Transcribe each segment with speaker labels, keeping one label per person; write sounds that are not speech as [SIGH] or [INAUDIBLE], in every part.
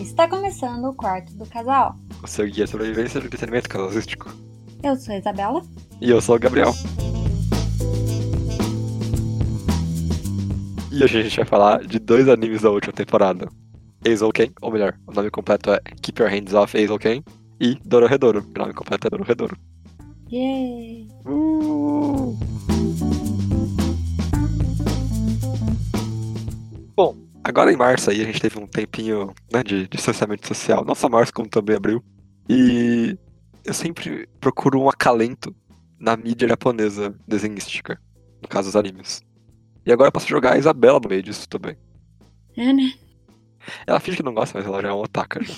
Speaker 1: Está começando o quarto do casal.
Speaker 2: O seu guia de sobrevivência do entretenimento casalístico.
Speaker 1: Eu sou a Isabela.
Speaker 2: E eu sou o Gabriel. E hoje a gente vai falar de dois animes da última temporada. Eis Ken, ou melhor, o nome completo é Keep Your Hands Off Eis Ken e Dororedoro, que o nome completo é Dororedoro.
Speaker 1: Yay!
Speaker 2: Uh! Bom, agora em março aí a gente teve um tempinho né, de distanciamento social, não só março como também abril, e eu sempre procuro um acalento na mídia japonesa desenhística, no caso os animes. E agora eu posso jogar a Isabela no meio disso também.
Speaker 1: É, né?
Speaker 2: Ela finge que não gosta, mas ela já é uma otaka. Já.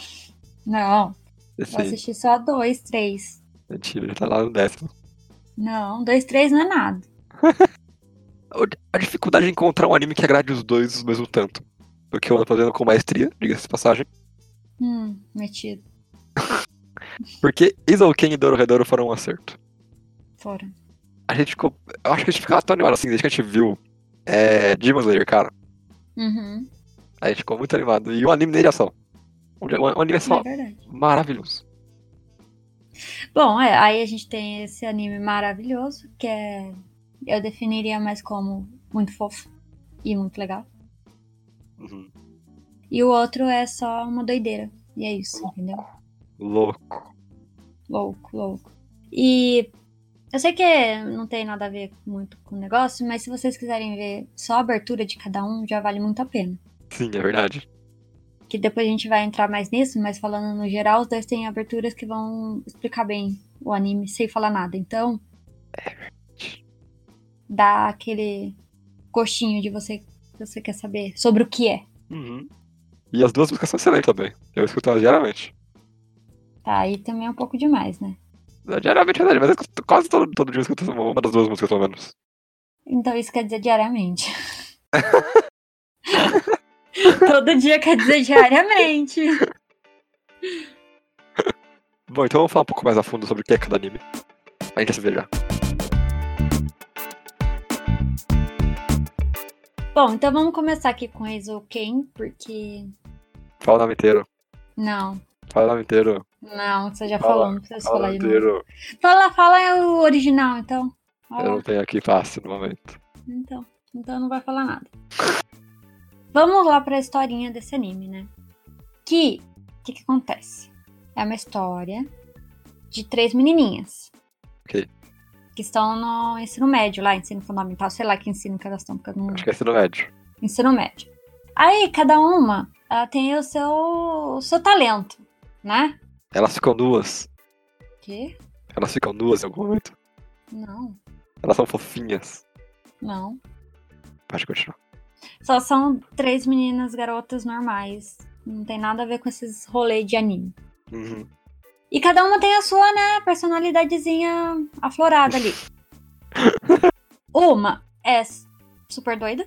Speaker 1: Não, eu
Speaker 2: Esse,
Speaker 1: assisti só dois, três.
Speaker 2: mentira, já tá lá no décimo.
Speaker 1: Não, dois, três não é nada.
Speaker 2: A dificuldade de encontrar um anime que agrade os dois ao mesmo tanto. Porque eu ando fazendo com maestria, diga-se de passagem.
Speaker 1: Hum, metido.
Speaker 2: Porque Ken e Dororedoro foram um acerto.
Speaker 1: Foram.
Speaker 2: A gente ficou. Eu acho que a gente ficava tão animado assim, desde que a gente viu é, Demon Slayer, cara.
Speaker 1: Uhum,
Speaker 2: A gente ficou muito animado. E o anime dele é só. Um, um anime é
Speaker 1: é
Speaker 2: só
Speaker 1: verdade.
Speaker 2: maravilhoso.
Speaker 1: Bom, é, aí a gente tem esse anime maravilhoso, que é... Eu definiria mais como muito fofo e muito legal.
Speaker 2: Uhum.
Speaker 1: E o outro é só uma doideira. E é isso, entendeu?
Speaker 2: Louco.
Speaker 1: Louco, louco. E eu sei que não tem nada a ver muito com o negócio, mas se vocês quiserem ver só a abertura de cada um, já vale muito a pena.
Speaker 2: Sim, é verdade.
Speaker 1: Que depois a gente vai entrar mais nisso, mas falando no geral, os dois têm aberturas que vão explicar bem o anime sem falar nada. Então. Dá aquele gostinho de você que você quer saber sobre o que é.
Speaker 2: Uhum. E as duas músicas são excelentes também. Eu escuto elas diariamente.
Speaker 1: Tá, aí também é um pouco demais, né?
Speaker 2: Diariamente, é verdade, mas eu escuto- quase todo, todo dia eu escuto uma das duas músicas, pelo menos.
Speaker 1: Então isso quer dizer diariamente. [LAUGHS] Todo dia quer dizer diariamente.
Speaker 2: Bom, então vamos falar um pouco mais a fundo sobre o que é cada anime. A gente já se vê já.
Speaker 1: Bom, então vamos começar aqui com Exo Ken, porque.
Speaker 2: Fala o nome inteiro.
Speaker 1: Não,
Speaker 2: Fala o nome inteiro.
Speaker 1: não, você já
Speaker 2: Fala,
Speaker 1: falou, não precisa
Speaker 2: Fala o
Speaker 1: falar
Speaker 2: nome
Speaker 1: de novo.
Speaker 2: inteiro.
Speaker 1: Fala, fala é o original, então.
Speaker 2: Eu não
Speaker 1: Fala,
Speaker 2: tenho aqui fácil no momento.
Speaker 1: então. Então não vai falar nada. Vamos lá pra historinha desse anime, né? Que. O que, que acontece? É uma história de três menininhas.
Speaker 2: Ok.
Speaker 1: Que estão no ensino médio lá, ensino fundamental, sei lá que ensino que elas estão, porque eu não
Speaker 2: Acho que é ensino médio.
Speaker 1: ensino médio. Aí, cada uma ela tem o seu, o seu talento, né?
Speaker 2: Elas ficam duas.
Speaker 1: Que?
Speaker 2: Elas ficam duas em algum momento.
Speaker 1: Não,
Speaker 2: Elas são fofinhas.
Speaker 1: não.
Speaker 2: Pode continuar.
Speaker 1: Só são três meninas garotas normais. Não tem nada a ver com esses rolês de anime.
Speaker 2: Uhum.
Speaker 1: E cada uma tem a sua, né, personalidadezinha aflorada ali. uma é super doida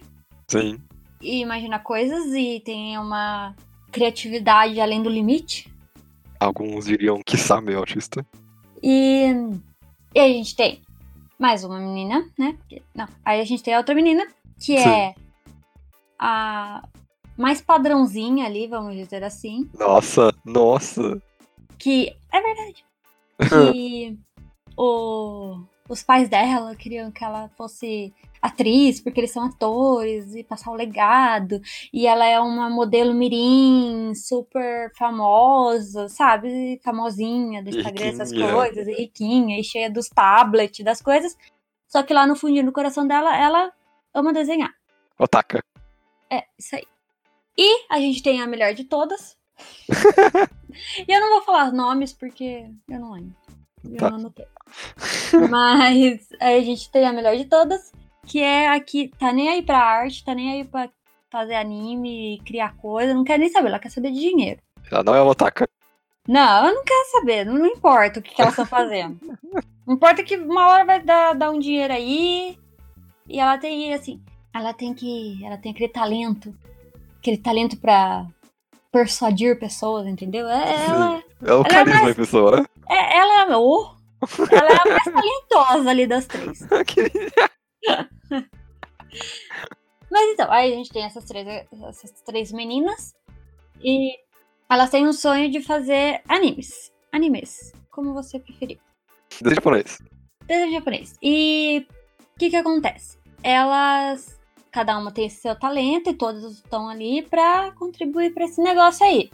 Speaker 2: Sim.
Speaker 1: e imagina coisas e tem uma criatividade além do limite.
Speaker 2: Alguns diriam que sabe meio autista.
Speaker 1: E, e aí a gente tem mais uma menina, né? Porque- Não, aí a gente tem a outra menina, que é a mais padrãozinha ali, vamos dizer assim.
Speaker 2: Nossa, nossa.
Speaker 1: Que é verdade. Que o, os pais dela queriam que ela fosse atriz, porque eles são atores, e passar o legado. E ela é uma modelo mirim, super famosa, sabe? Famosinha do Instagram, essas
Speaker 2: Riquinha.
Speaker 1: coisas, e riquinha, e cheia dos tablets, das coisas. Só que lá no fundinho do coração dela, ela ama desenhar.
Speaker 2: Otaka.
Speaker 1: É, isso aí. E a gente tem a melhor de todas. e eu não vou falar nomes porque eu não lembro. Eu
Speaker 2: Tá.
Speaker 1: não anotei. Mas aí a gente tem a melhor de todas, que é a que tá nem aí pra arte, tá nem aí pra fazer anime, criar coisa, não quer nem saber, ela quer saber de dinheiro.
Speaker 2: Ela não é uma otaka.
Speaker 1: Não, eu não quero saber, não, não importa o que, que elas estão fazendo. Não importa que uma hora vai dar, dar um dinheiro aí, e ela tem, assim, ela tem que, ela tem aquele talento, aquele talento pra persuadir pessoas, entendeu? É- Ela,
Speaker 2: É um
Speaker 1: Ela é
Speaker 2: carisma em pessoa, né? [LAUGHS]
Speaker 1: é, ela é a- ô, ela é a mais talentosa ali das três.
Speaker 2: Que-
Speaker 1: Mas então, aí a gente tem essas três, essas três meninas. E Elas têm um sonho de fazer animes. Animes, como você preferir.
Speaker 2: Desenho japonês.
Speaker 1: Desenho japonês. E o que que acontece? Elas, cada uma tem seu talento e todas estão ali pra contribuir pra esse negócio aí.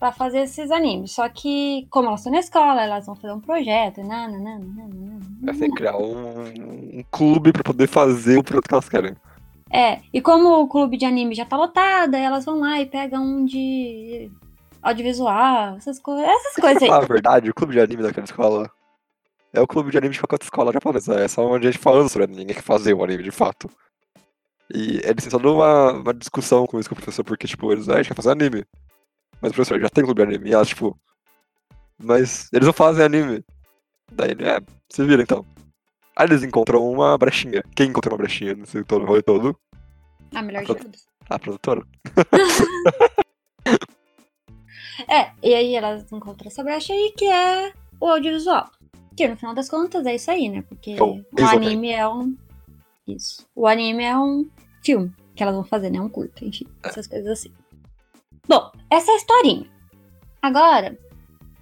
Speaker 1: Pra fazer esses animes. Só que, como elas estão na escola, elas vão fazer um projeto. Nananana,
Speaker 2: Elas têm que criar um, um clube pra poder fazer o produto que elas querem.
Speaker 1: É, e como o clube de anime já tá lotado, aí elas vão lá e pegam um de audiovisual, essas, co essas coisas
Speaker 2: Pra
Speaker 1: aí.
Speaker 2: falar a verdade, o clube de anime daquela escola é o clube de anime de qualquer outra escola japonesa. É só onde a gente falando sobre anime, ninguém quer fazer o anime de fato. E eles têm toda uma, uma discussão com isso com o professor, porque, tipo, eles, ah, a gente quer fazer anime. Mas o professor já tem clube de anime. E elas, tipo, mas eles não fazem anime. Daí ele, é, se vira então. Aí eles encontram uma brechinha. Quem encontrou uma brechinha nesse todo rolê todo?
Speaker 1: A melhor de tudo.
Speaker 2: A produtora.
Speaker 1: É, e aí elas encontram essa brecha aí que é o audiovisual. Que no final das contas é isso aí, né? Porque
Speaker 2: Bom,
Speaker 1: o
Speaker 2: resumindo.
Speaker 1: anime é um. Isso. O anime é um filme que elas vão fazer, né? Um curto, enfim, essas coisas assim. Bom, essa é a historinha. Agora,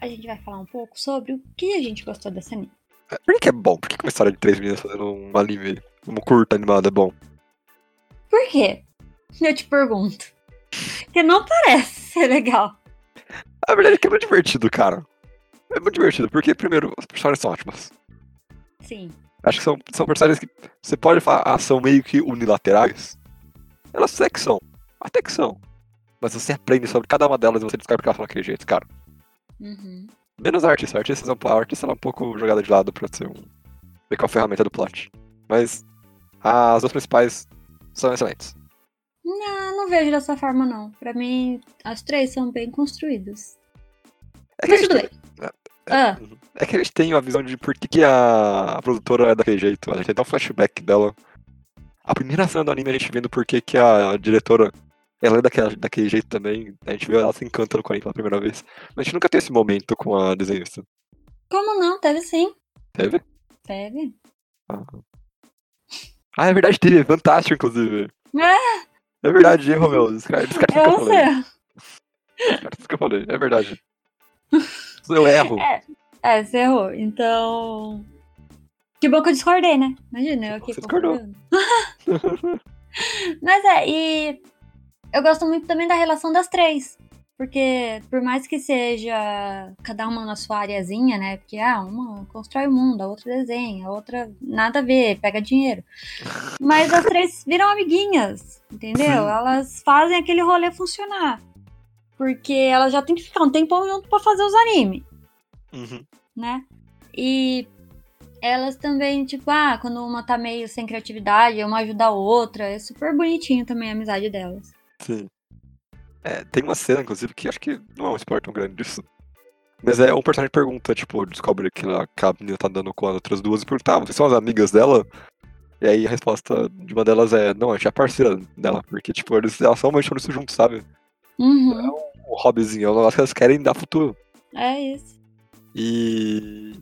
Speaker 1: a gente vai falar um pouco sobre o que a gente gostou desse anime.
Speaker 2: Por que que é bom? Por que que uma história de três meninas fazendo um anime, uma curta animada é bom?
Speaker 1: Por quê? Eu te pergunto. Porque não parece ser legal.
Speaker 2: A verdade é que é muito divertido, cara. É muito divertido, porque, primeiro, as personagens são ótimas.
Speaker 1: Sim.
Speaker 2: Acho que são, são personagens que você pode falar, ah, são meio que unilaterais. Elas até que são. Até que são. Mas você aprende sobre cada uma delas e você descobre que elas são daquele jeito, cara.
Speaker 1: Uhum.
Speaker 2: Menos a artista. A artista, é um- a artista ela é um pouco jogada de lado pra ser um. ver qual ferramenta do plot. Mas as duas principais são excelentes.
Speaker 1: Ah, Não, não vejo dessa forma, não. Pra mim, as três são bem construídas.
Speaker 2: É que a
Speaker 1: Mas
Speaker 2: gente
Speaker 1: tudo bem. Ah,
Speaker 2: É que a gente tem uma visão de por que, que a produtora é daquele jeito. A gente tem até um flashback dela. A primeira cena do anime a gente vendo por que, que a diretora ela é daquela, daquele jeito também. A gente vê ela se encantando com a anime pela primeira vez. Mas a gente nunca teve esse momento com a desenhista.
Speaker 1: como não? Teve sim.
Speaker 2: Teve?
Speaker 1: Teve.
Speaker 2: Ah, é verdade, teve. Fantástico, inclusive. É verdade, erro meu. Descarte descarte o que eu
Speaker 1: Eu
Speaker 2: falei.
Speaker 1: sei.
Speaker 2: Descarte o que eu falei. É verdade. Eu erro.
Speaker 1: É. É, você errou. Então. Que bom que eu discordei, né? Imagina, eu
Speaker 2: Que bom que
Speaker 1: aqui.
Speaker 2: você discordou.
Speaker 1: concordando. [LAUGHS] Mas é, e eu gosto muito também da relação das três. Porque por mais que seja cada uma na sua areazinha, né? Porque ah, uma constrói o mundo, a outra desenha, a outra nada a ver, pega
Speaker 2: [LAUGHS]
Speaker 1: dinheiro. Mas as três viram amiguinhas, entendeu?
Speaker 2: Sim.
Speaker 1: Elas fazem aquele rolê funcionar. Porque elas já têm que ficar um tempão junto pra fazer os animes
Speaker 2: Uhum.
Speaker 1: né? E elas também, tipo, ah, quando uma tá meio sem criatividade, uma ajuda a outra. É super bonitinho também a amizade delas.
Speaker 2: Sim. É, tem uma cena, inclusive, que acho que não é um spoiler tão grande disso. Mas é um personagem pergunta, tipo, descobre que ela- que a menina tá andando com as outras duas e pergunta, ah, vocês são as amigas dela? E aí a resposta de uma delas é, não, a gente é parceira dela, porque, tipo, eles, elas são manchando isso junto, sabe?
Speaker 1: Uhum,
Speaker 2: Um hobbyzinho, é um negócio que elas querem dar futuro.
Speaker 1: é isso.
Speaker 2: E.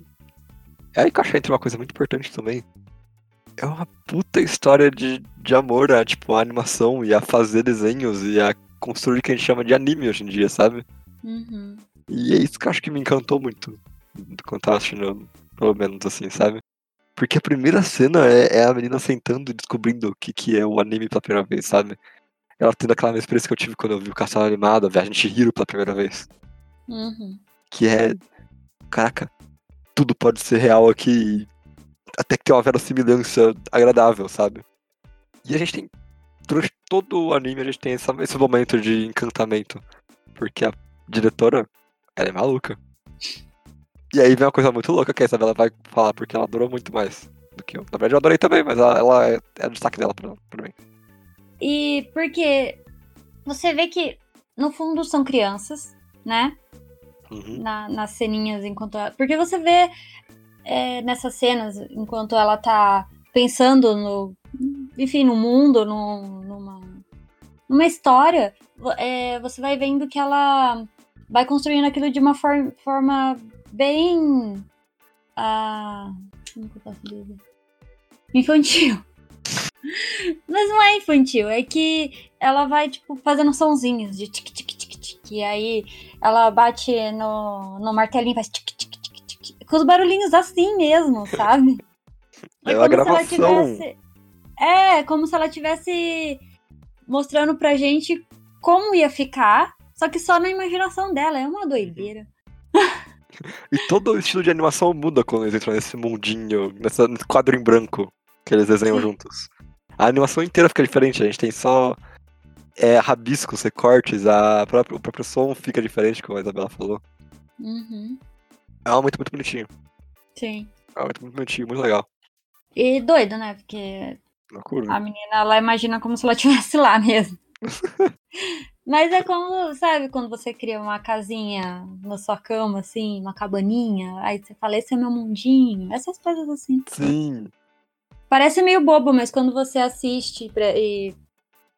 Speaker 2: Aí que eu achei entre uma coisa muito importante também. É uma puta história de, de amor a, tipo, a animação e a fazer desenhos e a construir o que a gente chama de anime hoje em dia, sabe?
Speaker 1: Uhum.
Speaker 2: E é isso que eu acho que me encantou muito quando tava assistindo, pelo menos assim, sabe? Porque a primeira cena é, é a menina sentando e descobrindo o que, que é o anime pela primeira vez, sabe? Ela tendo aquela mesma experiência que eu tive quando eu vi o Castelo Animado, a Viagem de Chihiro pela primeira vez.
Speaker 1: Uhum.
Speaker 2: Que é, caraca, tudo pode ser real aqui, e até que tem uma verossimilhança agradável, sabe? E a gente tem, durante todo o anime, a gente tem essa- esse momento de encantamento. Porque a diretora, ela é maluca. E aí vem uma coisa muito louca que a Isabela vai falar, porque ela adorou muito mais do que eu. Na verdade, eu adorei também, mas ela, ela é, é o destaque dela pra, pra mim.
Speaker 1: E porque você vê que, no fundo, são crianças, né? na- nas ceninhas enquanto ela... Porque você vê é, nessas cenas, enquanto ela tá pensando no. Enfim, no mundo, no- numa, numa história, vo- é, você vai vendo que ela vai construindo aquilo de uma for- forma bem. ah, como que eu posso dizer? Infantil. [LAUGHS] Mas não é infantil, é que ela vai, tipo, fazendo sonzinhos de tic-tic-tic-tic. E aí Ela bate no, no martelinho e faz tic, tic, tic, tic, com os barulhinhos assim mesmo,
Speaker 2: [LAUGHS]
Speaker 1: sabe?
Speaker 2: É uma gravação.
Speaker 1: tivesse. É, como se ela tivesse mostrando pra gente como ia ficar, só que só na imaginação dela. É
Speaker 2: Uhum.
Speaker 1: uma doideira.
Speaker 2: E todo o estilo de animação muda quando eles entram nesse mundinho, nessa- nesse quadro em branco que eles desenham
Speaker 1: Sim.
Speaker 2: juntos. A animação inteira fica diferente, a gente tem só é, rabiscos, recortes, a própria- o próprio som fica diferente, como a Isabela falou.
Speaker 1: Uhum,
Speaker 2: É um muito, muito bonitinho.
Speaker 1: sim.
Speaker 2: É um muito, muito bonitinho, muito legal.
Speaker 1: E doido, né? Porque
Speaker 2: Loucura.
Speaker 1: a menina, ela imagina como se ela [LAUGHS] estivesse lá mesmo. Mas é como, sabe, quando você cria uma casinha na sua cama, assim, uma cabaninha, aí você fala, esse é meu mundinho, essas coisas assim.
Speaker 2: Sim.
Speaker 1: Parece meio bobo, mas quando você assiste pra- e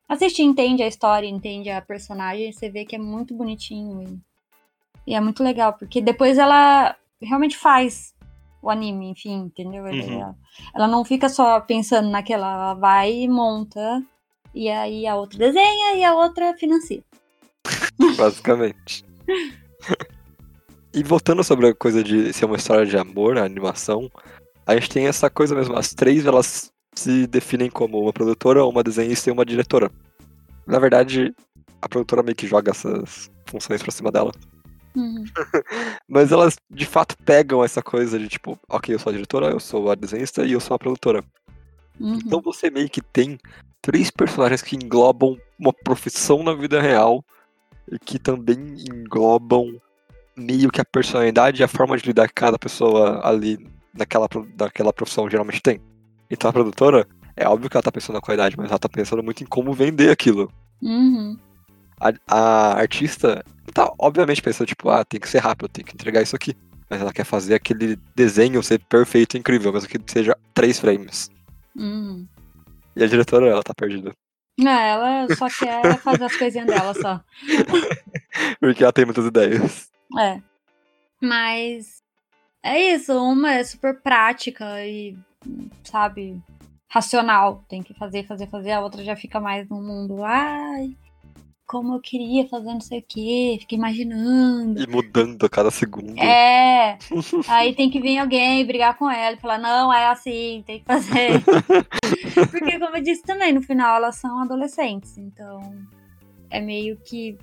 Speaker 1: assiste e entende a história, entende a personagem, você vê que é muito bonitinho e, e é muito legal, porque depois ela realmente faz o anime, enfim, entendeu? Ela,
Speaker 2: Uhum.
Speaker 1: ela não fica só pensando naquela, ela vai e monta, e aí a outra desenha e a outra financia.
Speaker 2: [LAUGHS] Basicamente. e voltando sobre a coisa de ser uma história de amor, a animação, a gente tem essa coisa mesmo. As três elas se definem como uma produtora, uma desenhista e uma diretora. Na verdade, a produtora meio que joga essas funções pra cima dela.
Speaker 1: Uhum.
Speaker 2: Mas elas de fato pegam essa coisa de tipo, ok, eu sou a diretora, eu sou a desenhista e eu sou a produtora.
Speaker 1: Uhum.
Speaker 2: Então você meio que tem três personagens que englobam uma profissão na vida real e que também englobam meio que a personalidade e a forma de lidar que cada pessoa ali naquela, pro- naquela profissão geralmente tem. Então a produtora, é óbvio que ela tá pensando na qualidade, mas ela tá pensando muito em como vender aquilo.
Speaker 1: Uhum.
Speaker 2: A, a artista tá obviamente pensando, tipo, ah, tem que ser rápido, tem que entregar isso aqui. Mas ela quer fazer aquele desenho ser perfeito, incrível, mesmo que seja três frames.
Speaker 1: Uhum.
Speaker 2: E a diretora, ela tá perdida.
Speaker 1: Não, ela só quer fazer as coisinhas dela só.
Speaker 2: Porque ela tem muitas ideias.
Speaker 1: É. Mas é isso, uma é super prática e, sabe, racional. Tem que fazer, fazer, fazer. A outra já fica mais no mundo. Ai, como eu queria fazer não sei o quê. Fica imaginando.
Speaker 2: E mudando a cada segundo.
Speaker 1: É. Aí tem que vir alguém brigar com ela e falar, não, é assim, tem que fazer. Porque, como eu disse também, no final elas são adolescentes, então é meio que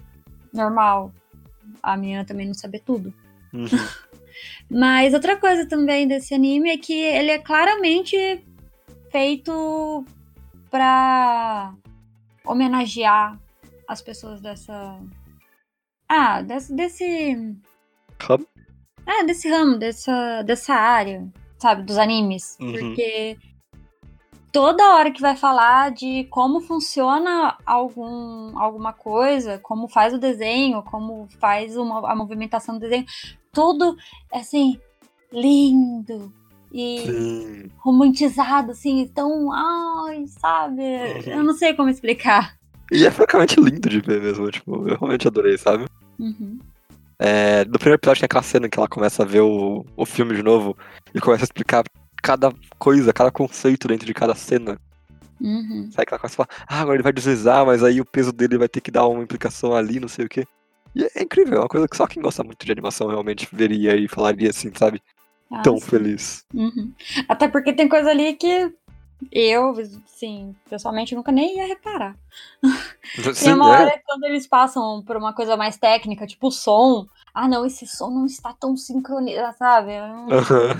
Speaker 1: normal a menina também não saber tudo.
Speaker 2: Uhum.
Speaker 1: Mas outra coisa também desse anime é que ele é claramente feito pra homenagear as pessoas dessa. Ah, desse. desse
Speaker 2: Ramo?
Speaker 1: Ah, desse ramo, dessa, dessa área, sabe, dos animes.
Speaker 2: Uhum.
Speaker 1: Porque toda hora que vai falar de como funciona algum, alguma coisa, como faz o desenho, como faz uma- a movimentação do desenho, tudo assim, lindo e
Speaker 2: Sim.
Speaker 1: romantizado, assim, tão. Ai, sabe?
Speaker 2: Uhum.
Speaker 1: Eu não sei como explicar.
Speaker 2: E é francamente lindo de ver mesmo. Tipo, eu realmente adorei, sabe?
Speaker 1: Uhum.
Speaker 2: É, no primeiro episódio tem aquela cena que ela começa a ver o, o filme de novo e começa a explicar cada coisa, cada conceito dentro de cada cena.
Speaker 1: Uhum.
Speaker 2: Sabe que ela começa a falar, ah, agora ele vai deslizar, mas aí o peso dele vai ter que dar uma implicação ali, não sei o quê. E é incrível, é uma coisa que só quem gosta muito de animação realmente veria e falaria assim, sabe?
Speaker 1: Ah,
Speaker 2: Tão
Speaker 1: sim.
Speaker 2: feliz.
Speaker 1: Uhum. Até porque tem coisa ali que eu, assim, pessoalmente nunca nem ia reparar. Tem uma
Speaker 2: é.
Speaker 1: hora que quando eles passam por uma coisa mais técnica, tipo o som. Ah, não, esse som não está tão sincronizado, sabe? É um-
Speaker 2: Aham.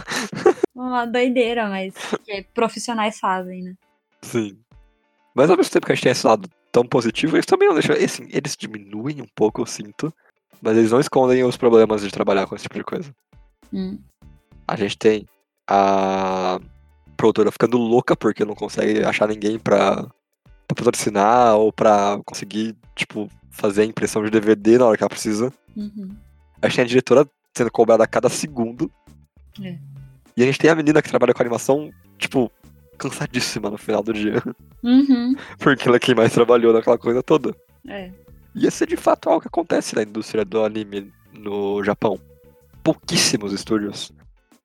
Speaker 1: uma doideira, mas que profissionais fazem, né?
Speaker 2: Sim. Mas ao mesmo tempo que a gente tem esse lado tão positivo, eles também não deixam. e, Assim, eles diminuem um pouco, eu sinto. Mas eles não escondem os problemas de trabalhar com esse tipo de coisa.
Speaker 1: Hum.
Speaker 2: A gente tem a produtora ficando louca porque não consegue achar ninguém pra, pra patrocinar ou pra conseguir, tipo, fazer a impressão de DVD na hora que ela precisa.
Speaker 1: Uhum.
Speaker 2: A gente tem a diretora sendo cobrada a cada segundo.
Speaker 1: É.
Speaker 2: E a gente tem a menina que trabalha com animação, tipo, cansadíssima no final do dia.
Speaker 1: Uhum.
Speaker 2: Porque ela é quem mais trabalhou naquela coisa toda.
Speaker 1: É.
Speaker 2: E esse é de fato algo que acontece na indústria do anime no Japão. Pouquíssimos estúdios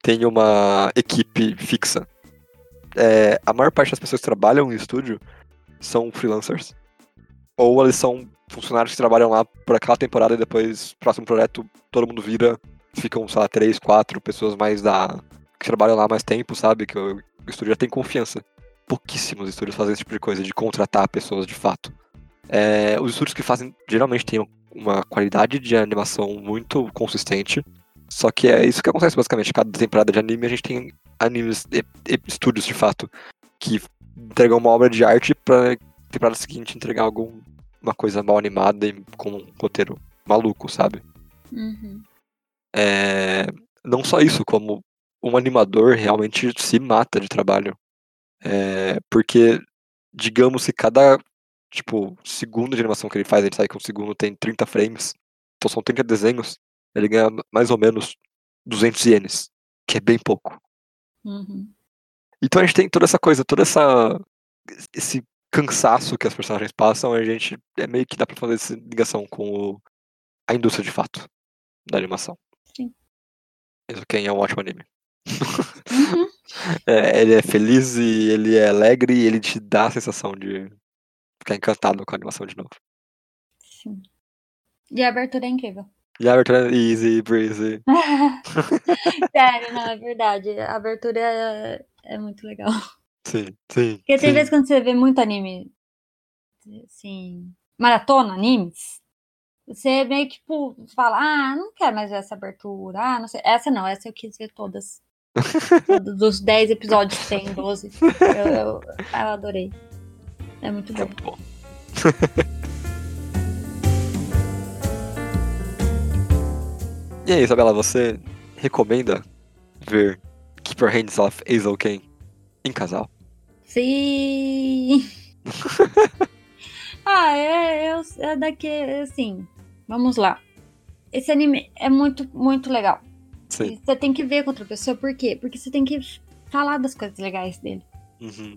Speaker 2: têm uma equipe fixa. É, a maior parte das pessoas que trabalham em estúdio são freelancers. Ou eles são funcionários que trabalham lá por aquela temporada e depois, próximo projeto, todo mundo vira. Ficam, sei lá, três, quatro pessoas mais da. que trabalham lá mais tempo, sabe? Que o o estúdio já tem confiança. Pouquíssimos estúdios fazem esse tipo de coisa, de contratar pessoas de fato. É, os estúdios que fazem geralmente têm uma qualidade de animação muito consistente. Só que é isso que acontece basicamente. Cada temporada de anime a gente tem animes, e- e- estúdios de fato, que entregam uma obra de arte pra temporada seguinte entregar alguma coisa mal animada e com um roteiro maluco, sabe?
Speaker 1: Uhum.
Speaker 2: É, não só isso, como um animador realmente se mata de trabalho. É, porque, digamos, se cada tipo, segundo de animação que ele faz, ele sai com um segundo, tem 30 frames, então são 30 desenhos, ele ganha mais ou menos 200 ienes, que é bem pouco.
Speaker 1: Uhum.
Speaker 2: Então a gente tem toda essa coisa, toda essa esse cansaço que as personagens passam, a gente é meio que dá pra fazer essa ligação com o- a indústria de fato da animação.
Speaker 1: Sim.
Speaker 2: Isso quem é um ótimo anime.
Speaker 1: Uhum.
Speaker 2: [LAUGHS] É, ele é feliz e ele é alegre e ele te dá a sensação de ficar encantado com a animação de novo.
Speaker 1: Sim. E a abertura é incrível.
Speaker 2: E a abertura é easy, breezy.
Speaker 1: Sério, não, é verdade. A abertura é, é muito legal.
Speaker 2: Sim, sim.
Speaker 1: Porque tem
Speaker 2: sim.
Speaker 1: vezes quando você vê muito anime, assim, maratona, animes, você meio que tipo, fala, ah, não quero mais ver essa abertura, ah, não sei. Essa não, essa eu quis ver todas. Todos Dos 10 episódios que tem, 12. Eu, eu, eu adorei. É muito
Speaker 2: É
Speaker 1: bom.
Speaker 2: muito bom. [LAUGHS] e aí, Isabela, você recomenda ver Keep Your Hands Off Hazel Kane em casal?
Speaker 1: Sim! [LAUGHS] ah, é, é, o- é daqui, assim, vamos lá. Esse anime é muito, muito legal.
Speaker 2: Sim.
Speaker 1: E Você tem que ver com outra pessoa, por quê? Porque você tem que falar das coisas legais dele.
Speaker 2: Uhum.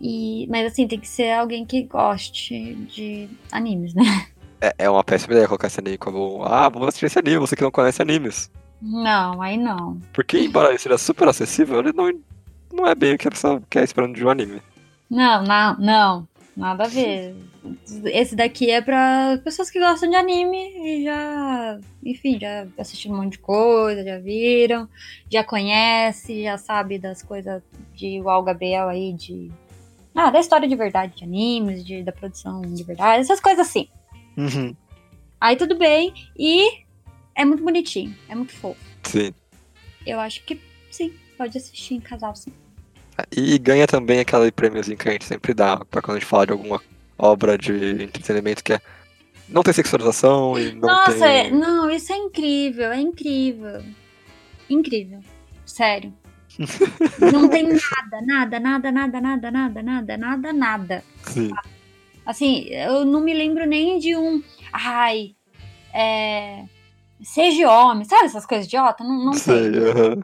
Speaker 1: E, mas assim, tem que ser alguém que goste de animes, né?
Speaker 2: É, é uma péssima ideia colocar esse anime como Ah, vou assistir esse anime, você que não conhece animes.
Speaker 1: Não, aí não.
Speaker 2: Porque, embora ele seja super acessível, ele não, não é bem o que a pessoa quer esperando de um anime.
Speaker 1: Não, não, não. Nada a ver. Esse daqui é pra pessoas que gostam de anime e já, enfim, já assistiram um monte de coisa, já viram, já conhece, já sabe das coisas de Wal Gabriel aí, de. Ah, da história de verdade de animes, de, da produção de verdade, essas coisas assim.
Speaker 2: Uhum.
Speaker 1: Aí tudo bem. E é muito bonitinho, é muito fofo.
Speaker 2: Sim.
Speaker 1: Eu acho que sim, pode assistir em casal, sim.
Speaker 2: E ganha também aquele prêmiozinho que a gente sempre dá pra quando a gente fala de alguma obra de entretenimento que é. Não tem sexualização e não
Speaker 1: Nossa, é-
Speaker 2: tem.
Speaker 1: não, isso é incrível, é incrível. Incrível. Sério. não tem nada, nada, nada, nada, nada, nada, nada, nada, nada.
Speaker 2: Sim.
Speaker 1: Assim, eu não me lembro nem de um. Ai, é. Seja homem, sabe essas coisas idiota? Não, não
Speaker 2: Sei,
Speaker 1: tem,
Speaker 2: aham.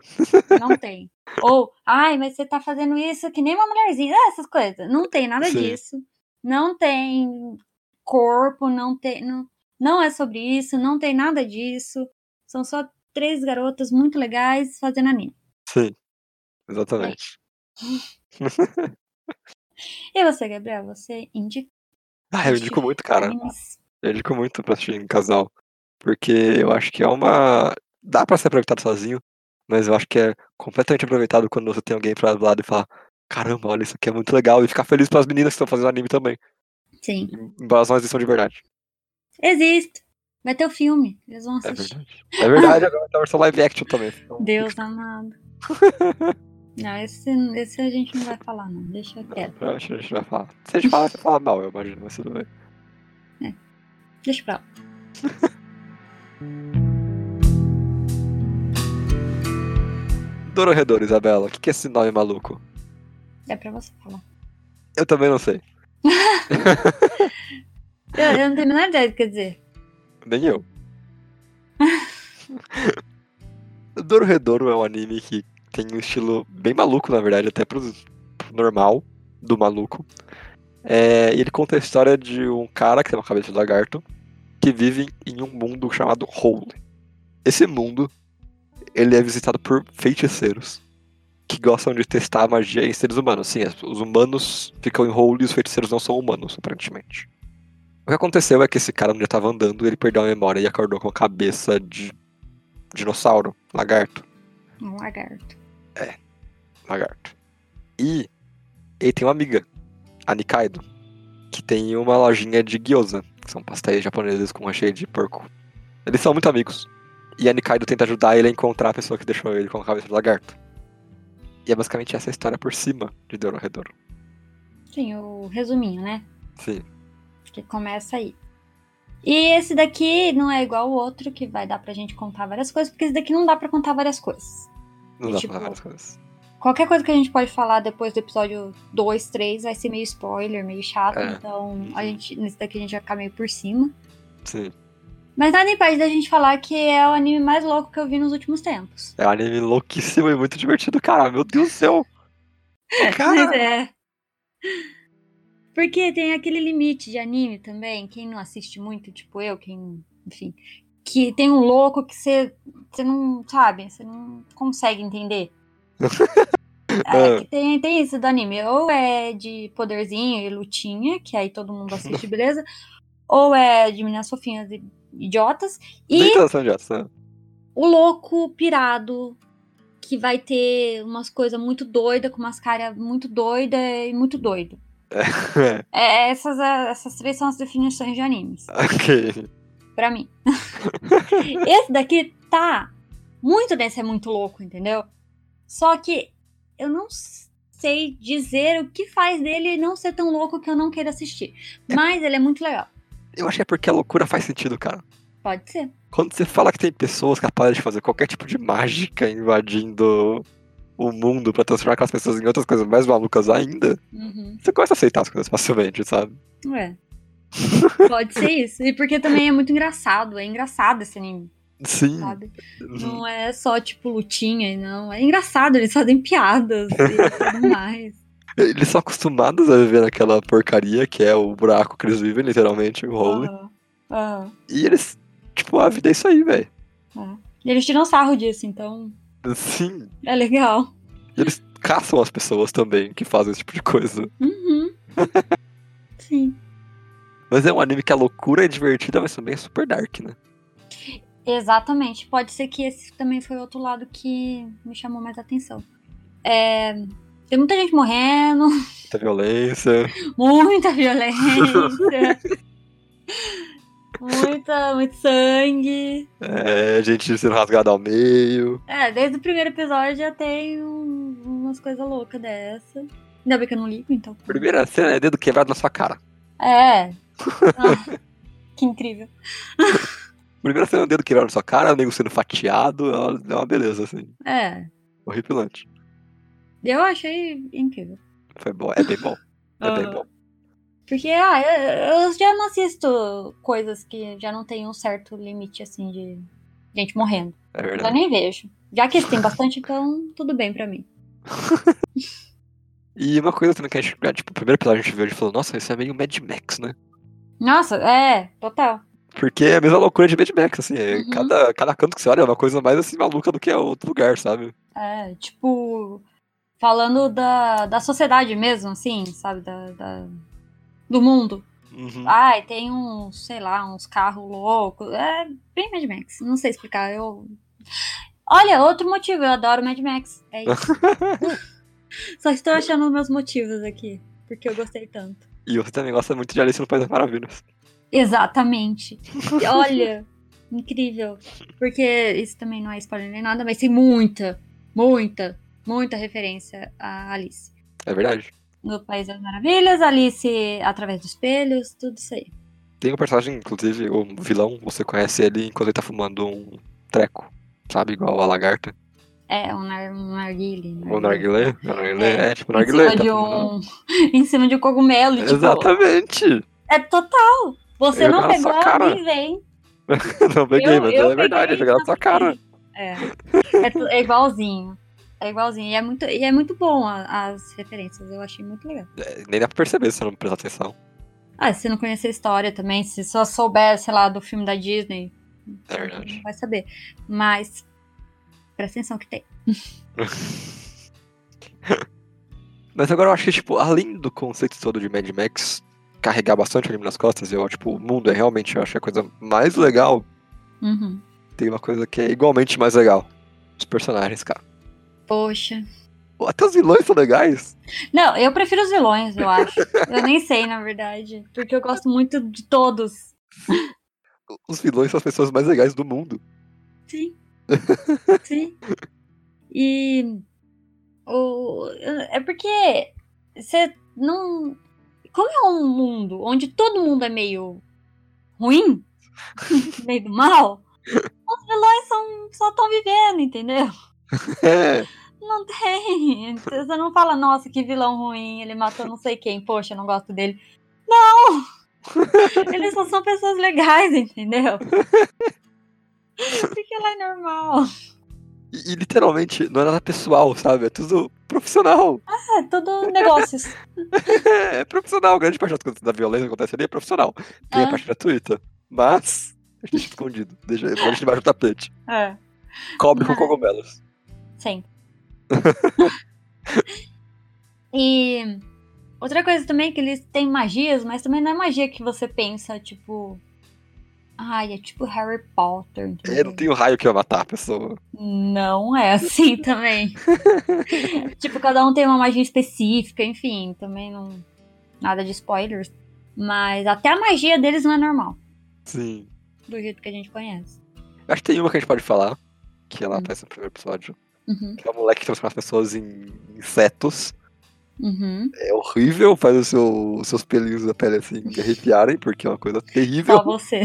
Speaker 1: não tem. Ou, ai, mas você tá fazendo isso que nem uma mulherzinha, ah, essas coisas. Não tem nada
Speaker 2: Sim.
Speaker 1: disso. Não tem corpo, não tem. Não, não é sobre isso, não tem nada disso. São só três garotas muito legais fazendo anime.
Speaker 2: Sim. Exatamente.
Speaker 1: E você, Gabriel, você indica
Speaker 2: Ah, eu
Speaker 1: Acho
Speaker 2: indico muito, cara.
Speaker 1: animes?
Speaker 2: Eu indico muito pra assistir em casal. Porque eu acho que é uma. Dá pra ser aproveitado sozinho, mas eu acho que é completamente aproveitado quando você tem alguém pra do lado e falar: caramba, olha, isso aqui é muito legal. E ficar feliz pelas meninas que estão fazendo anime também.
Speaker 1: Sim.
Speaker 2: Embora elas não existam de verdade.
Speaker 1: Existe. Vai ter o filme. Eles vão
Speaker 2: É
Speaker 1: assistir.
Speaker 2: verdade. É verdade, agora tá a versão live action também. Então,
Speaker 1: Deus amado. [LAUGHS] Não, esse, esse a gente não vai falar, não. Deixa quieto.
Speaker 2: eu acho que a gente vai falar. Se a gente falar, você fala mal, eu imagino, mas tudo bem.
Speaker 1: Deixa pra lá.
Speaker 2: Dororredor, Isabela, o que que é esse nome maluco?
Speaker 1: É pra você falar.
Speaker 2: Eu também não sei.
Speaker 1: Eu, eu não tenho a menor ideia do que quer dizer.
Speaker 2: Nem eu. [LAUGHS] Dororedoro é um anime que tem um estilo bem maluco, na verdade, até pro pro normal do maluco. É, e ele conta a história de um cara que tem uma cabeça de lagarto que vive em um mundo chamado Hole. Esse mundo ele é visitado por feiticeiros que gostam de testar a magia em seres humanos. Sim, as- os humanos ficam em Hole e os feiticeiros não são humanos, aparentemente. O que aconteceu é que esse cara, onde estava andando, ele perdeu a memória e acordou com a cabeça de dinossauro, lagarto,
Speaker 1: Um lagarto.
Speaker 2: lagarto. E ele tem uma amiga, a Nikaido, que tem uma lojinha de gyoza, que são pastéis japoneses com recheio de porco. Eles são muito amigos. E a Nikaido tenta ajudar ele a encontrar a pessoa que deixou ele com a cabeça de lagarto. E é basicamente essa a história por cima de Dororedoro.
Speaker 1: Sim, o resuminho, né?
Speaker 2: Sim.
Speaker 1: que começa aí. E esse daqui não é igual o outro, que vai dar pra gente contar várias coisas, porque esse daqui não dá pra contar várias coisas.
Speaker 2: Não
Speaker 1: E,
Speaker 2: dá
Speaker 1: tipo,
Speaker 2: pra falar várias coisas.
Speaker 1: Qualquer coisa que a gente pode falar depois do episódio 2, 3 vai ser meio spoiler, meio chato,
Speaker 2: É.
Speaker 1: então a gente, nesse daqui a gente vai ficar meio por cima.
Speaker 2: Sim.
Speaker 1: Mas nada impede da gente falar que é o anime mais louco que eu vi nos últimos tempos.
Speaker 2: É um anime louquíssimo e muito divertido, cara. Meu Deus do céu! Cara,
Speaker 1: Mas é. Porque tem aquele limite de anime também, quem não assiste muito, tipo eu, quem, enfim, que tem um louco que você você não sabe, você não consegue entender. É, que tem, tem isso do anime, ou é de poderzinho e lutinha, que aí todo mundo assiste, beleza? Ou é de meninas fofinhas e idiotas,
Speaker 2: nem
Speaker 1: e
Speaker 2: todas são idiotas, né?
Speaker 1: o louco pirado que vai ter umas coisas muito doidas, com umas caras muito doidas e muito doido.
Speaker 2: É,
Speaker 1: É, essas, é, essas três são as definições de animes,
Speaker 2: [LAUGHS] ok.
Speaker 1: pra mim. [LAUGHS] Esse daqui tá muito desse é muito louco, entendeu? Só que eu não s- sei dizer o que faz dele não ser tão louco que eu não queira assistir. Mas ele é muito legal.
Speaker 2: Eu acho que é porque a loucura faz sentido, cara.
Speaker 1: Pode ser.
Speaker 2: Quando você fala que tem pessoas capazes de fazer qualquer tipo de mágica invadindo o mundo pra transformar aquelas pessoas em outras coisas mais malucas ainda,
Speaker 1: Uhum.
Speaker 2: você começa a aceitar as coisas facilmente, sabe?
Speaker 1: É. Pode ser isso. E porque também é muito engraçado. É engraçado esse anime,
Speaker 2: Sim.
Speaker 1: sabe?
Speaker 2: Uhum.
Speaker 1: Não é só, tipo, lutinha, não. É engraçado, eles fazem piadas e tudo mais.
Speaker 2: Eles são acostumados a viver naquela porcaria que é o buraco que eles vivem, literalmente, o hole.
Speaker 1: Aham, aham.
Speaker 2: E eles, tipo, a vida é isso aí, velho.
Speaker 1: E eles tiram sarro disso, então
Speaker 2: Sim.
Speaker 1: é legal.
Speaker 2: caçam as pessoas também que fazem esse tipo de coisa.
Speaker 1: Uhum. Sim.
Speaker 2: Mas é um anime que a loucura é divertida, mas também é super dark, né?
Speaker 1: Exatamente. Pode ser que esse também foi outro lado que me chamou mais atenção. É, Tem muita gente morrendo, [LAUGHS]
Speaker 2: Muita violência.
Speaker 1: muita violência. muita, muito sangue.
Speaker 2: É, gente sendo rasgada ao meio.
Speaker 1: É, desde o primeiro episódio já tem um- umas coisas loucas dessa. Ainda bem que eu não ligo, então.
Speaker 2: Primeira cena é dedo quebrado na sua cara.
Speaker 1: É. Ah, que incrível.
Speaker 2: Primeira cena é dedo quebrado na sua cara, o nego sendo fatiado. É uma, é uma beleza, assim.
Speaker 1: É.
Speaker 2: Horripilante.
Speaker 1: Eu achei incrível.
Speaker 2: Foi bom, é bem bom. É bem
Speaker 1: Aham.
Speaker 2: bom.
Speaker 1: Porque, ah, eu, eu já não assisto coisas que já não tem um certo limite, assim, de gente morrendo.
Speaker 2: É
Speaker 1: Eu já
Speaker 2: verdade.
Speaker 1: nem vejo. Já que tem bastante, então tudo bem pra mim.
Speaker 2: E uma coisa também que a gente. Tipo, o primeiro episódio a gente viu, a gente falou, nossa, isso é meio Mad Max, né?
Speaker 1: Nossa, é, total.
Speaker 2: Porque é a mesma loucura de Mad Max, assim. é
Speaker 1: Uhum.
Speaker 2: cada, cada canto que você olha é uma coisa mais assim maluca do que outro lugar, sabe?
Speaker 1: É, tipo, falando da, da sociedade mesmo, assim, sabe? Da, da- do mundo.
Speaker 2: Uhum.
Speaker 1: Ai, tem uns, sei lá, uns carros loucos. É bem Mad Max. Não sei explicar. Eu. Olha, outro motivo, eu adoro Mad Max. É isso. Só estou achando meus motivos aqui. Porque eu gostei tanto.
Speaker 2: E você também gosta muito de Alice no País das Maravilhas.
Speaker 1: Exatamente. E Olha, incrível. Porque isso também não é spoiler nem nada, mas tem muita, muita, muita referência a Alice.
Speaker 2: É verdade.
Speaker 1: No País das Maravilhas, Alice através dos espelhos, tudo isso aí.
Speaker 2: Tem um personagem, inclusive, o vilão, você conhece ele enquanto ele tá fumando um treco. Sabe? Igual a lagarta.
Speaker 1: É, um, nar um narguile.
Speaker 2: O narguilé. o narguilé, É, tipo,
Speaker 1: em
Speaker 2: narguilé.
Speaker 1: cima,
Speaker 2: Tá
Speaker 1: de
Speaker 2: fumando.
Speaker 1: um, [LAUGHS] em cima de um cogumelo. Tipo,
Speaker 2: Exatamente. [LAUGHS]
Speaker 1: É total. Você
Speaker 2: Eu
Speaker 1: não
Speaker 2: na
Speaker 1: pegou,
Speaker 2: sua cara.
Speaker 1: nem vem.
Speaker 2: Não peguei,
Speaker 1: Eu-
Speaker 2: mas
Speaker 1: eu
Speaker 2: é verdade.
Speaker 1: peguei,
Speaker 2: É jogado na sua cara.
Speaker 1: É. É, tu- é igualzinho. É igualzinho. E é muito, e é muito bom a- as referências. Eu achei muito legal.
Speaker 2: É, nem dá pra perceber se você não prestar atenção.
Speaker 1: Ah, se você não conhecer a história também, se só souber, sei lá, do filme da Disney,
Speaker 2: É verdade.
Speaker 1: vai saber. Mas, presta atenção que tem.
Speaker 2: Mas agora eu acho que, tipo, além do conceito todo de Mad Max, carregar bastante o anime nas costas, e eu, tipo, o mundo é realmente, eu acho que a coisa mais legal,
Speaker 1: Uhum.
Speaker 2: tem uma coisa que é igualmente mais legal. Os personagens, cara.
Speaker 1: Poxa.
Speaker 2: Pô, Até os vilões são legais.
Speaker 1: Não, eu prefiro os vilões, eu
Speaker 2: [LAUGHS]
Speaker 1: acho. eu nem sei, na verdade. Porque eu gosto muito de todos.
Speaker 2: Os vilões são as pessoas mais legais do mundo. [LAUGHS]
Speaker 1: Sim. Sim. E. O, é porque você não. Como é um mundo onde todo mundo é meio ruim, [LAUGHS] meio do mal, os vilões são, só estão vivendo, entendeu?
Speaker 2: É.
Speaker 1: Não tem. Você não fala, nossa, que vilão ruim, ele matou não sei quem, poxa, eu não gosto dele. Não! Eles só são pessoas legais, entendeu? Porque ela é normal.
Speaker 2: E, e, literalmente, não é nada pessoal, sabe? É tudo profissional.
Speaker 1: É tudo negócios.
Speaker 2: É, é profissional. Grande parte das coisas da violência que acontece ali é profissional. Tem a
Speaker 1: Ah.
Speaker 2: parte gratuita. Mas. A gente deixa escondido.
Speaker 1: [LAUGHS]
Speaker 2: Deixa, a gente debaixo do tapete.
Speaker 1: É,
Speaker 2: Cobre
Speaker 1: Ah.
Speaker 2: com cogumelos.
Speaker 1: sempre. [LAUGHS] e outra coisa também é que eles têm magias, mas também não é magia que você pensa, tipo. Ai, é tipo Harry Potter.
Speaker 2: É, não
Speaker 1: entendeu?
Speaker 2: tem o raio que vai matar a pessoa.
Speaker 1: Não é assim [LAUGHS] também. tipo, cada um tem uma magia específica, enfim, também não. Nada de spoilers. Mas até a magia deles não é normal,
Speaker 2: Sim.
Speaker 1: do jeito que a gente conhece.
Speaker 2: Acho que tem uma que a gente pode falar, que ela
Speaker 1: Hum.
Speaker 2: aparece no primeiro episódio.
Speaker 1: Uhum,
Speaker 2: Que é o moleque que transforma as pessoas em insetos.
Speaker 1: uhum.
Speaker 2: É horrível, faz o seu- os seus pelinhos da pele assim arrepiarem, porque é uma coisa terrível.
Speaker 1: Só você.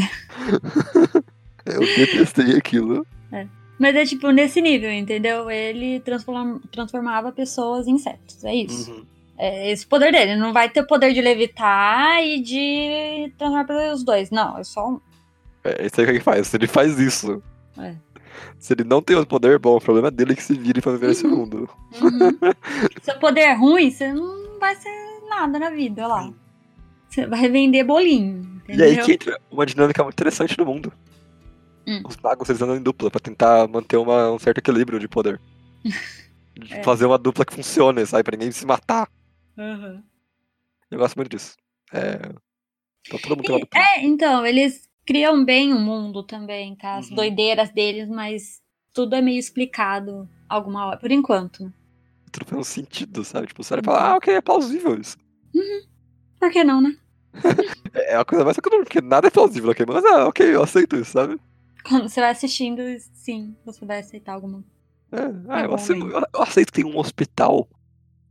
Speaker 2: Eu detestei aquilo.
Speaker 1: Mas é tipo nesse nível, entendeu? Ele transforma- transformava pessoas em insetos. É
Speaker 2: Uhum.
Speaker 1: isso. É esse o poder dele. Ele Não vai ter o poder de levitar e de transformar pessoas os dois. Não, é só um. [LAUGHS]
Speaker 2: É isso aí que ele faz. Se ele faz isso.
Speaker 1: É.
Speaker 2: Se ele não tem o poder, bom, o problema dele é que se vire pra viver nesse mundo.
Speaker 1: Uhum. Seu poder é ruim, você não vai ser nada na vida, olha lá.
Speaker 2: Sim.
Speaker 1: Você vai vender bolinho,
Speaker 2: E aí
Speaker 1: entendeu?
Speaker 2: que entra uma dinâmica muito interessante no mundo.
Speaker 1: Hum.
Speaker 2: Os magos eles andam em dupla pra tentar manter uma- um certo equilíbrio
Speaker 1: [LAUGHS]
Speaker 2: de poder. De
Speaker 1: É.
Speaker 2: Fazer uma dupla que funcione, sabe? Pra ninguém se matar.
Speaker 1: Uhum.
Speaker 2: Eu gosto muito disso. É. Então todo mundo tem uma
Speaker 1: E-
Speaker 2: dupla.
Speaker 1: é, então, eles criam bem o mundo também, tá? As
Speaker 2: Uhum.
Speaker 1: doideiras deles, mas tudo é meio explicado alguma hora, por enquanto.
Speaker 2: Tudo faz um sentido, sabe? Tipo, você olha e fala, ah, ok, é plausível isso.
Speaker 1: Por que não, né?
Speaker 2: É uma coisa mais econômica, porque nada é plausível, ok? Mas ah, ok, eu aceito isso, sabe?
Speaker 1: [LAUGHS] Quando você vai assistindo, sim, você vai aceitar alguma
Speaker 2: É, ah, eu,
Speaker 1: bom
Speaker 2: aceito,
Speaker 1: mesmo.
Speaker 2: eu- eu aceito que tem um hospital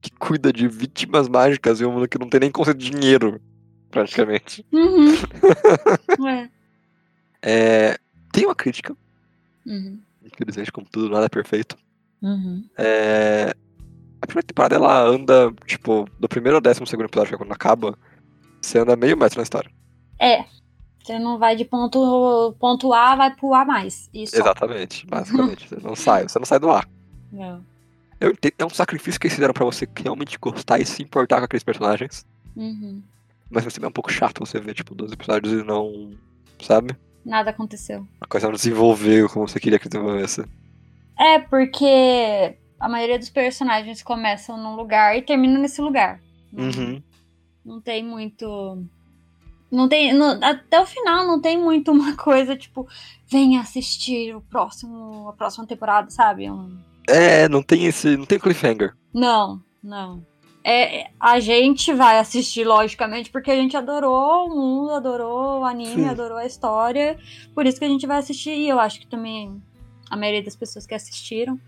Speaker 2: que cuida de vítimas mágicas e um mundo que não tem nem conceito de dinheiro, praticamente.
Speaker 1: Uhum. é.
Speaker 2: É, tem uma crítica,
Speaker 1: Uhum.
Speaker 2: infelizmente, como tudo, nada é perfeito.
Speaker 1: Uhum.
Speaker 2: É, a primeira temporada ela anda, tipo, do primeiro ao décimo segundo episódio, que é quando acaba, você anda meio metro na história.
Speaker 1: É. Você não vai de ponto, ponto A, vai pro A mais. Isso.
Speaker 2: Exatamente, basicamente. você não sai, você não sai do ar.
Speaker 1: Não.
Speaker 2: Eu entendo, é um sacrifício que eles fizeram pra você realmente gostar e se importar com aqueles personagens.
Speaker 1: Uhum.
Speaker 2: Mas você é um pouco chato você ver, tipo, dois episódios e não. Sabe?
Speaker 1: Nada aconteceu.
Speaker 2: A coisa não desenvolveu como você queria que desenvolvesse.
Speaker 1: É, porque a maioria dos personagens começam num lugar e terminam nesse lugar.
Speaker 2: Uhum.
Speaker 1: Não tem muito. Não tem. não- até o final não tem muito uma coisa tipo, venha assistir o próximo, a próxima temporada, sabe? Um-
Speaker 2: É, não tem esse. Não tem cliffhanger.
Speaker 1: Não, não. É, é, a gente vai assistir, logicamente, porque a gente adorou o mundo, adorou o anime,
Speaker 2: Sim.
Speaker 1: adorou a história. Por isso que a gente vai assistir. E eu acho que também a maioria das pessoas que assistiram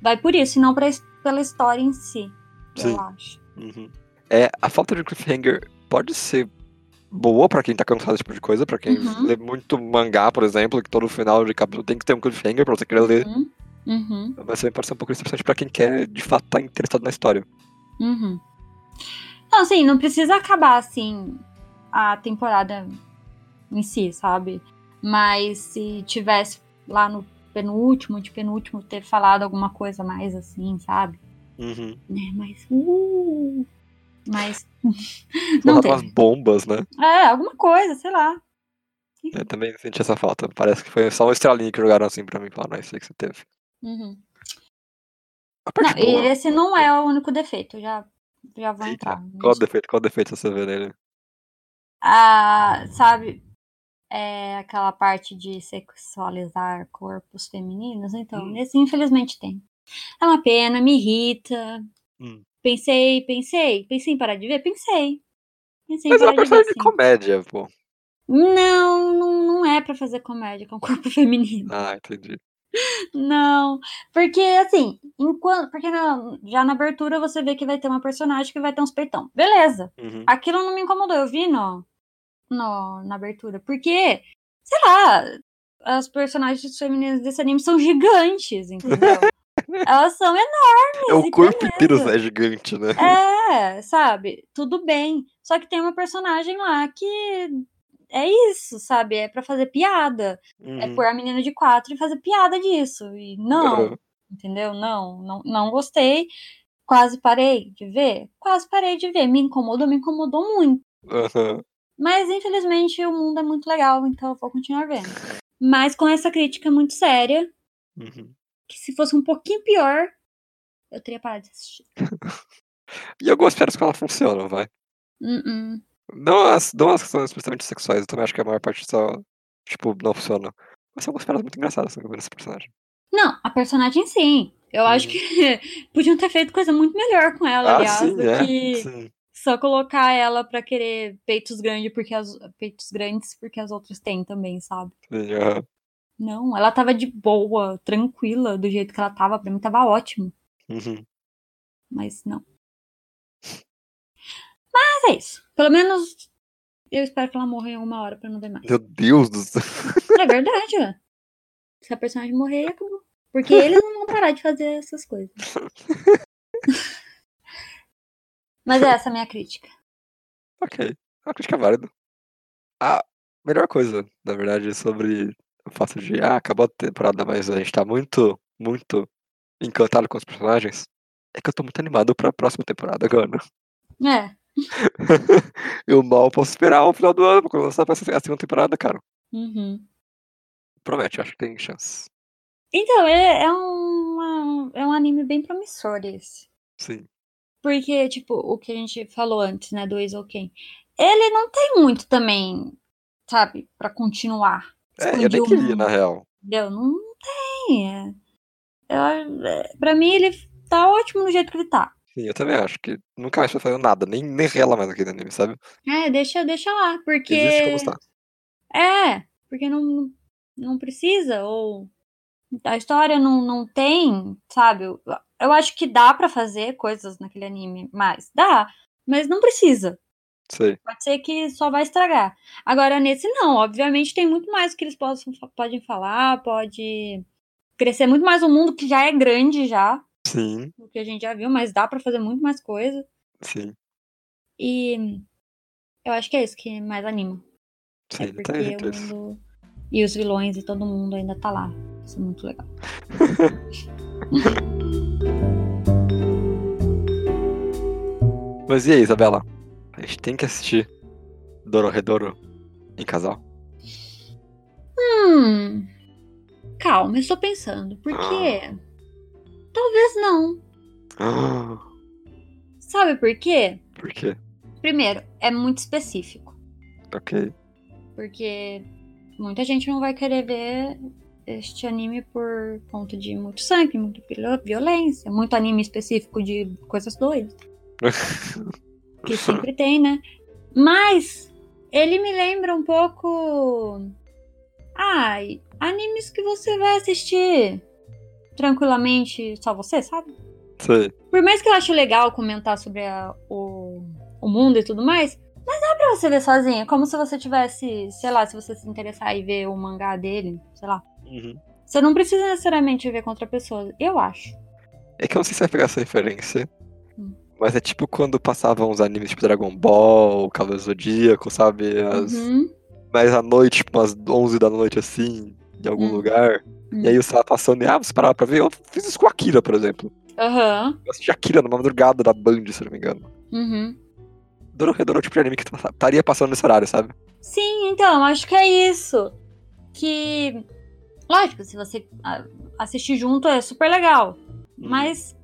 Speaker 1: vai por isso, e não pra, his- pela história em si.
Speaker 2: Sim.
Speaker 1: Eu acho.
Speaker 2: Uhum. É, a falta de cliffhanger pode ser boa pra quem tá cansado desse tipo de coisa, pra quem
Speaker 1: Uhum.
Speaker 2: lê muito mangá, por exemplo, que todo final de capítulo tem que ter um cliffhanger pra você querer ler.
Speaker 1: Uhum. Uhum.
Speaker 2: Mas também pode ser um pouco interessante pra quem quer, de fato, tá interessado na história.
Speaker 1: Uhum. Não, assim, não precisa acabar assim a temporada em si, sabe? Mas se tivesse lá no penúltimo, de penúltimo, ter falado alguma coisa mais assim, sabe?
Speaker 2: Uhum.
Speaker 1: Né? Mas. Uh,
Speaker 2: [LAUGHS]
Speaker 1: mas. não
Speaker 2: Botar umas
Speaker 1: teve.
Speaker 2: bombas, né?
Speaker 1: É, alguma coisa, sei lá.
Speaker 2: Eu também senti essa falta. Parece que foi só uma estrelinha que jogaram assim pra mim. Falaram, não, isso aí que você teve.
Speaker 1: Uhum.
Speaker 2: A
Speaker 1: Não, é
Speaker 2: parte boa.
Speaker 1: e esse não é o único defeito, já, já vou
Speaker 2: Eita,
Speaker 1: entrar.
Speaker 2: Qual o defeito? Qual o defeito você vê nele?
Speaker 1: a, Ah, sabe, é, aquela parte de sexualizar corpos femininos. Então,
Speaker 2: Hum.
Speaker 1: nesse, infelizmente, tem. É uma pena, me irrita.
Speaker 2: Hum.
Speaker 1: Pensei, pensei, pensei em parar de ver? Pensei. Pensei
Speaker 2: Mas é
Speaker 1: em parar
Speaker 2: uma
Speaker 1: de ver.
Speaker 2: personagem de
Speaker 1: sim.
Speaker 2: comédia, pô.
Speaker 1: Não, não, não é pra fazer comédia com [LAUGHS] corpo feminino.
Speaker 2: Ah, entendi.
Speaker 1: Não, porque assim, enquanto, porque na- já na abertura você vê que vai ter uma personagem que vai ter uns peitão. Beleza.
Speaker 2: Uhum.
Speaker 1: Aquilo não me incomodou, eu vi no, no- na abertura, porque sei lá, as personagens femininas desse anime são gigantes,
Speaker 2: [LAUGHS]
Speaker 1: entendeu? Elas são
Speaker 2: É o
Speaker 1: e
Speaker 2: corpo inteiro
Speaker 1: beleza.
Speaker 2: é gigante, né?
Speaker 1: é, sabe? Tudo bem. Só que tem uma personagem lá que é isso, sabe? É pra fazer piada. É
Speaker 2: Uhum.
Speaker 1: pôr a menina de quatro e fazer piada disso. E não,
Speaker 2: Uhum.
Speaker 1: entendeu? Não, não, não gostei. Quase parei de ver. Quase parei de ver. Me incomodou, me incomodou muito.
Speaker 2: Aham.
Speaker 1: Mas infelizmente o mundo é muito legal, então eu vou continuar vendo. Mas com essa crítica muito séria,
Speaker 2: Uhum.
Speaker 1: que se fosse um pouquinho pior, eu teria parado de assistir.
Speaker 2: E algumas piadas que ela funcionam, vai. Uhum.
Speaker 1: Uh -uh.
Speaker 2: Não as, não as que são explicitamente sexuais, eu também acho que a maior parte só, tipo, não funciona. Mas são algumas piadas muito engraçadas assim, nesse personagem.
Speaker 1: Não, a personagem sim. Eu acho
Speaker 2: Uhum.
Speaker 1: que [LAUGHS] podiam ter feito coisa muito melhor com ela,
Speaker 2: Ah,
Speaker 1: aliás,
Speaker 2: sim,
Speaker 1: do
Speaker 2: é.
Speaker 1: que
Speaker 2: Sim.
Speaker 1: só colocar ela pra querer peitos grandes porque as peitos grandes porque as outras têm também, sabe?
Speaker 2: sim aham.
Speaker 1: Não, ela tava de boa, tranquila, do jeito que ela tava, pra mim tava ótimo,
Speaker 2: Uhum.
Speaker 1: mas não. Mas é isso. Pelo menos eu espero que ela morra em alguma hora pra não ver mais.
Speaker 2: Meu Deus do céu.
Speaker 1: É verdade, ó. Se a personagem morrer, é acabou. Porque eles não vão parar de fazer essas coisas. Mas é essa a minha crítica.
Speaker 2: Ok. Uma crítica válida. A melhor coisa, na verdade, sobre o fato de, ah, acabou a temporada, mas a gente tá muito, muito encantado com os personagens, é que eu tô muito animado pra próxima temporada agora.
Speaker 1: É.
Speaker 2: [LAUGHS] eu mal posso esperar o final do ano pra começar pra se- a segunda temporada, cara.
Speaker 1: Uhum.
Speaker 2: Promete, acho que tem chance.
Speaker 1: Então, é, é, um, é um anime bem promissor esse.
Speaker 2: Sim.
Speaker 1: Porque, tipo, o que a gente falou antes, né, do Ken, ele não tem muito também, sabe, pra continuar.
Speaker 2: É, eu nem
Speaker 1: Expandiu
Speaker 2: queria, na real.
Speaker 1: Entendeu? Não tem. É. Eu- é, pra mim, ele tá ótimo no jeito que ele tá.
Speaker 2: Sim, eu também acho que nunca mais vai fazer nada, nem, nem rela mais aqui no anime, sabe?
Speaker 1: É, deixa, deixa lá, porque.
Speaker 2: Existe como está.
Speaker 1: É, porque não, não precisa, ou a história não, não tem, sabe? Eu, eu acho que dá pra fazer coisas naquele anime, mas dá, mas não precisa.
Speaker 2: Sei.
Speaker 1: Pode ser que só vai estragar. Agora, nesse não, obviamente tem muito mais que eles possam, podem falar, pode crescer muito mais o mundo que já é grande já,
Speaker 2: Sim,
Speaker 1: o que a gente já viu, mas dá pra fazer muito mais coisa.
Speaker 2: sim,
Speaker 1: E eu acho que é isso que mais anima.
Speaker 2: sim, tá
Speaker 1: É
Speaker 2: não tem
Speaker 1: porque
Speaker 2: jeito
Speaker 1: o
Speaker 2: isso.
Speaker 1: mundo e os vilões e todo mundo ainda tá lá. Isso é muito legal.
Speaker 2: Mas e aí, Isabela? A gente tem que assistir Dororedoro em casal?
Speaker 1: Hum. Calma, eu estou pensando. Porque. Talvez não.
Speaker 2: Ah,
Speaker 1: Sabe por quê?
Speaker 2: Por quê?
Speaker 1: Primeiro, é muito específico.
Speaker 2: Ok.
Speaker 1: Porque muita gente não vai querer ver este anime por conta de muito sangue, muita viol- violência, muito anime específico de coisas doidas. que sempre tem, né? Mas ele me lembra um pouco. Ai, animes que você vai assistir tranquilamente só você, sabe?
Speaker 2: Sei.
Speaker 1: Por mais que eu acho legal comentar sobre a- o, o mundo e tudo mais, mas dá pra você ver sozinha. Como se você tivesse, sei lá, se você se interessar e ver o mangá dele, sei lá.
Speaker 2: Uhum.
Speaker 1: Você não precisa necessariamente ver com outra pessoa, eu acho.
Speaker 2: É que eu não sei se vai pegar essa referência.
Speaker 1: Hum.
Speaker 2: Mas é tipo quando passavam os animes tipo Dragon Ball, Cavaleiro do Zodíaco, sabe? As...
Speaker 1: Uhum.
Speaker 2: Mas à noite, tipo umas 11 da noite assim, em algum
Speaker 1: Hum.
Speaker 2: lugar. E aí você tava passando e, ah, você parava pra ver. Eu fiz isso com Akira, por exemplo.
Speaker 1: Aham.
Speaker 2: Eu assisti Akira numa madrugada da Band, se eu não me engano.
Speaker 1: Uhum.
Speaker 2: Dororedoro é o tipo de anime que tá- estaria passando nesse horário, sabe?
Speaker 1: Sim, então, acho que é isso. Que, lógico, se você ah, assistir junto é super legal.
Speaker 2: Uhum.
Speaker 1: Mas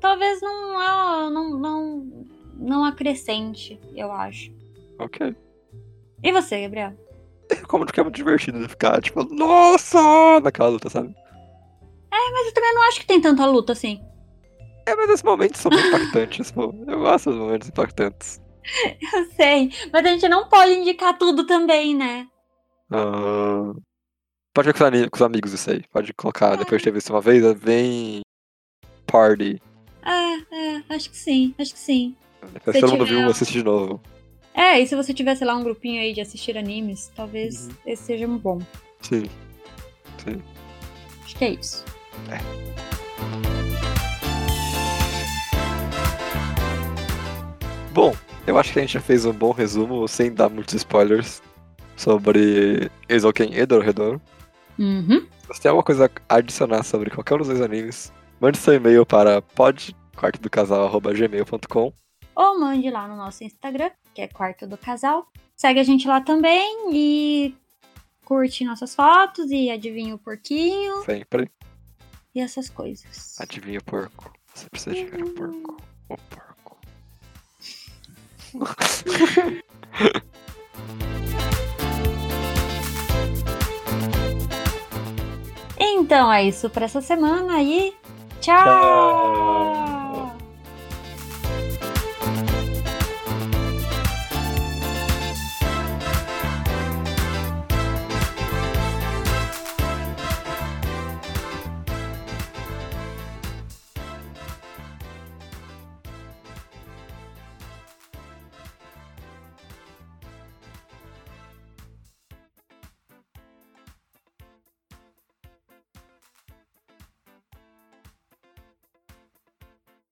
Speaker 1: talvez não, ah, não, não, não acrescente, eu acho.
Speaker 2: Ok.
Speaker 1: E você, Gabriel?
Speaker 2: Como que é muito divertido de ficar, tipo, nossa! Naquela luta, sabe?
Speaker 1: É, mas eu também não acho que tem tanta luta assim. [LAUGHS]
Speaker 2: É, mas esses momentos são muito impactantes, pô. Eu gosto dos momentos impactantes.
Speaker 1: Eu sei, mas a gente não pode indicar tudo também, né?
Speaker 2: Ah, pode ver com os, ami- com os amigos isso aí. Pode colocar, depois de ter visto uma vez, vem party.
Speaker 1: É, é, acho que sim, acho que sim.
Speaker 2: Se todo mundo
Speaker 1: tiver
Speaker 2: viu,
Speaker 1: um-
Speaker 2: assiste de novo.
Speaker 1: É, e se você tiver, sei lá, um grupinho aí de assistir animes, talvez esse seja um bom.
Speaker 2: Sim.
Speaker 1: Acho que é isso.
Speaker 2: Bom, eu acho que a gente já fez um bom resumo, sem dar muitos spoilers, sobre Exoken e Dororedoro.
Speaker 1: Uhum.
Speaker 2: Se você tem alguma coisa a adicionar sobre qualquer um dos dois animes, mande seu e-mail para podquartodocasal.gmail.com
Speaker 1: Ou mande lá no nosso Instagram, que é Quarto do Casal. Segue a gente lá também e curte nossas fotos e adivinha o porquinho
Speaker 2: Sempre
Speaker 1: e essas coisas.
Speaker 2: adivinha o porco. Você precisa adivinhar o porco. O porco.
Speaker 1: Então é isso pra essa semana e tchau.
Speaker 2: Tchau.